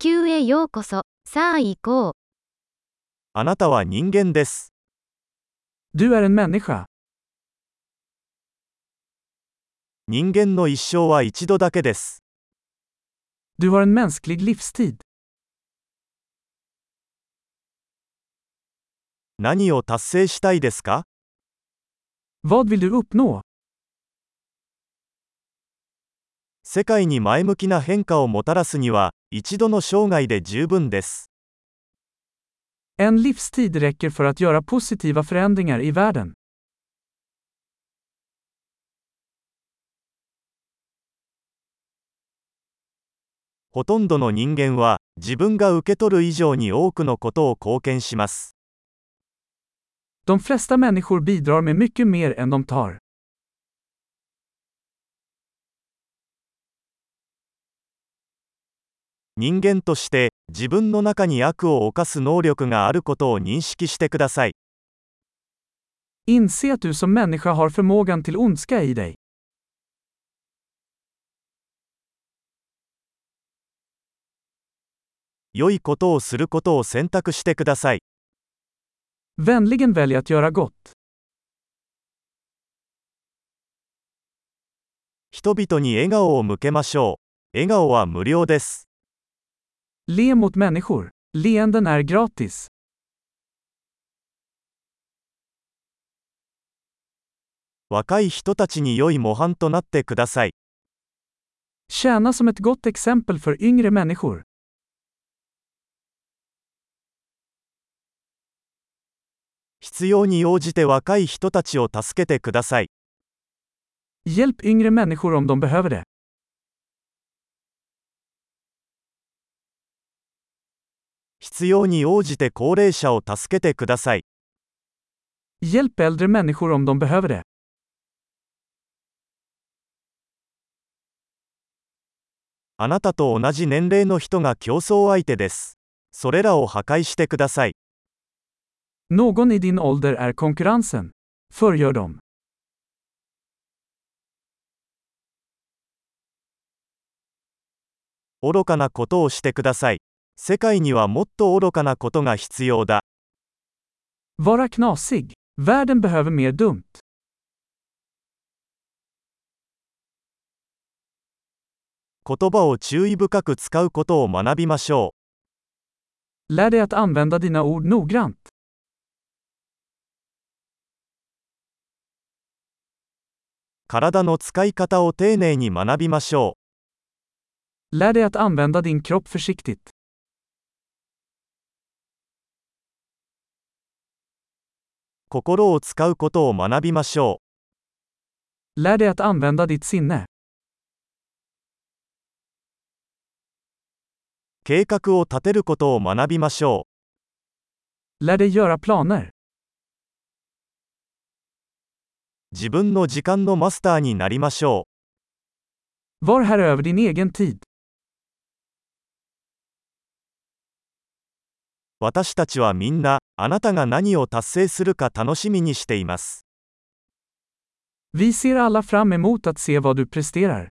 球へようこそ。さあ行こう。あなたは人間です。 Du är en människa. 人間の一生は一度だけです。 Du har en mänsklig livstid. 何を達成したいですか Vad vill du uppnå? 世界に前向きな変化をもたらすには、一度の生涯で十分です。 En livstid räcker för att göra positiva förändringar i världen. ほとんどの人間は、自分が受け取る以上に多くのことを貢献します。 De flesta människor bidrar med mycket mer än de tar. 人間として、自分の中に悪を犯す能力があることを認識してください。 Inse att du som människa har förmågan till ondska i dig. 良いことをすることを選択してください。 Vänligen välj att göra gott. 人々に笑顔を向けましょう。笑顔は無料です。 Le mot människor. Leenden är gratis. 若い人たちに良い模範となってください。 Tjäna som ett gott exempel för yngre människor. 必要に応じて若い人たちを助けてください。 Hjälp yngre människor om de behöver det. 必要に応じて高齢者を助けてください。 Hjälp äldre människor om de behöver det. あなたと同じ年齢の人が競争相手です。それらを破壊してください。 Någon i din ålder är konkurrensen. Förgör dem. 愚かなことをしてください。世界にはもっと愚かなことが必要だ。 Vara knasig. Världen behöver mer dumt. 言葉を注意深く使うことを学びましょう。 Lär dig att använda dina ord noggrant. 体の使い方を丁寧に学びましょう。 Lär dig att använda din kropp försiktigt. 心を使うことを学びましょう。 Lär dig att använda ditt sinne. 計画を立てることを学びましょう。 Lär dig göra planer. 自分の時間のマスターになりましょう。 Var här över din egen tid. 私たちはみんな、あなたが何を達成するか楽しみにしています。 Vi ser alla fram emot att se vad du presterar.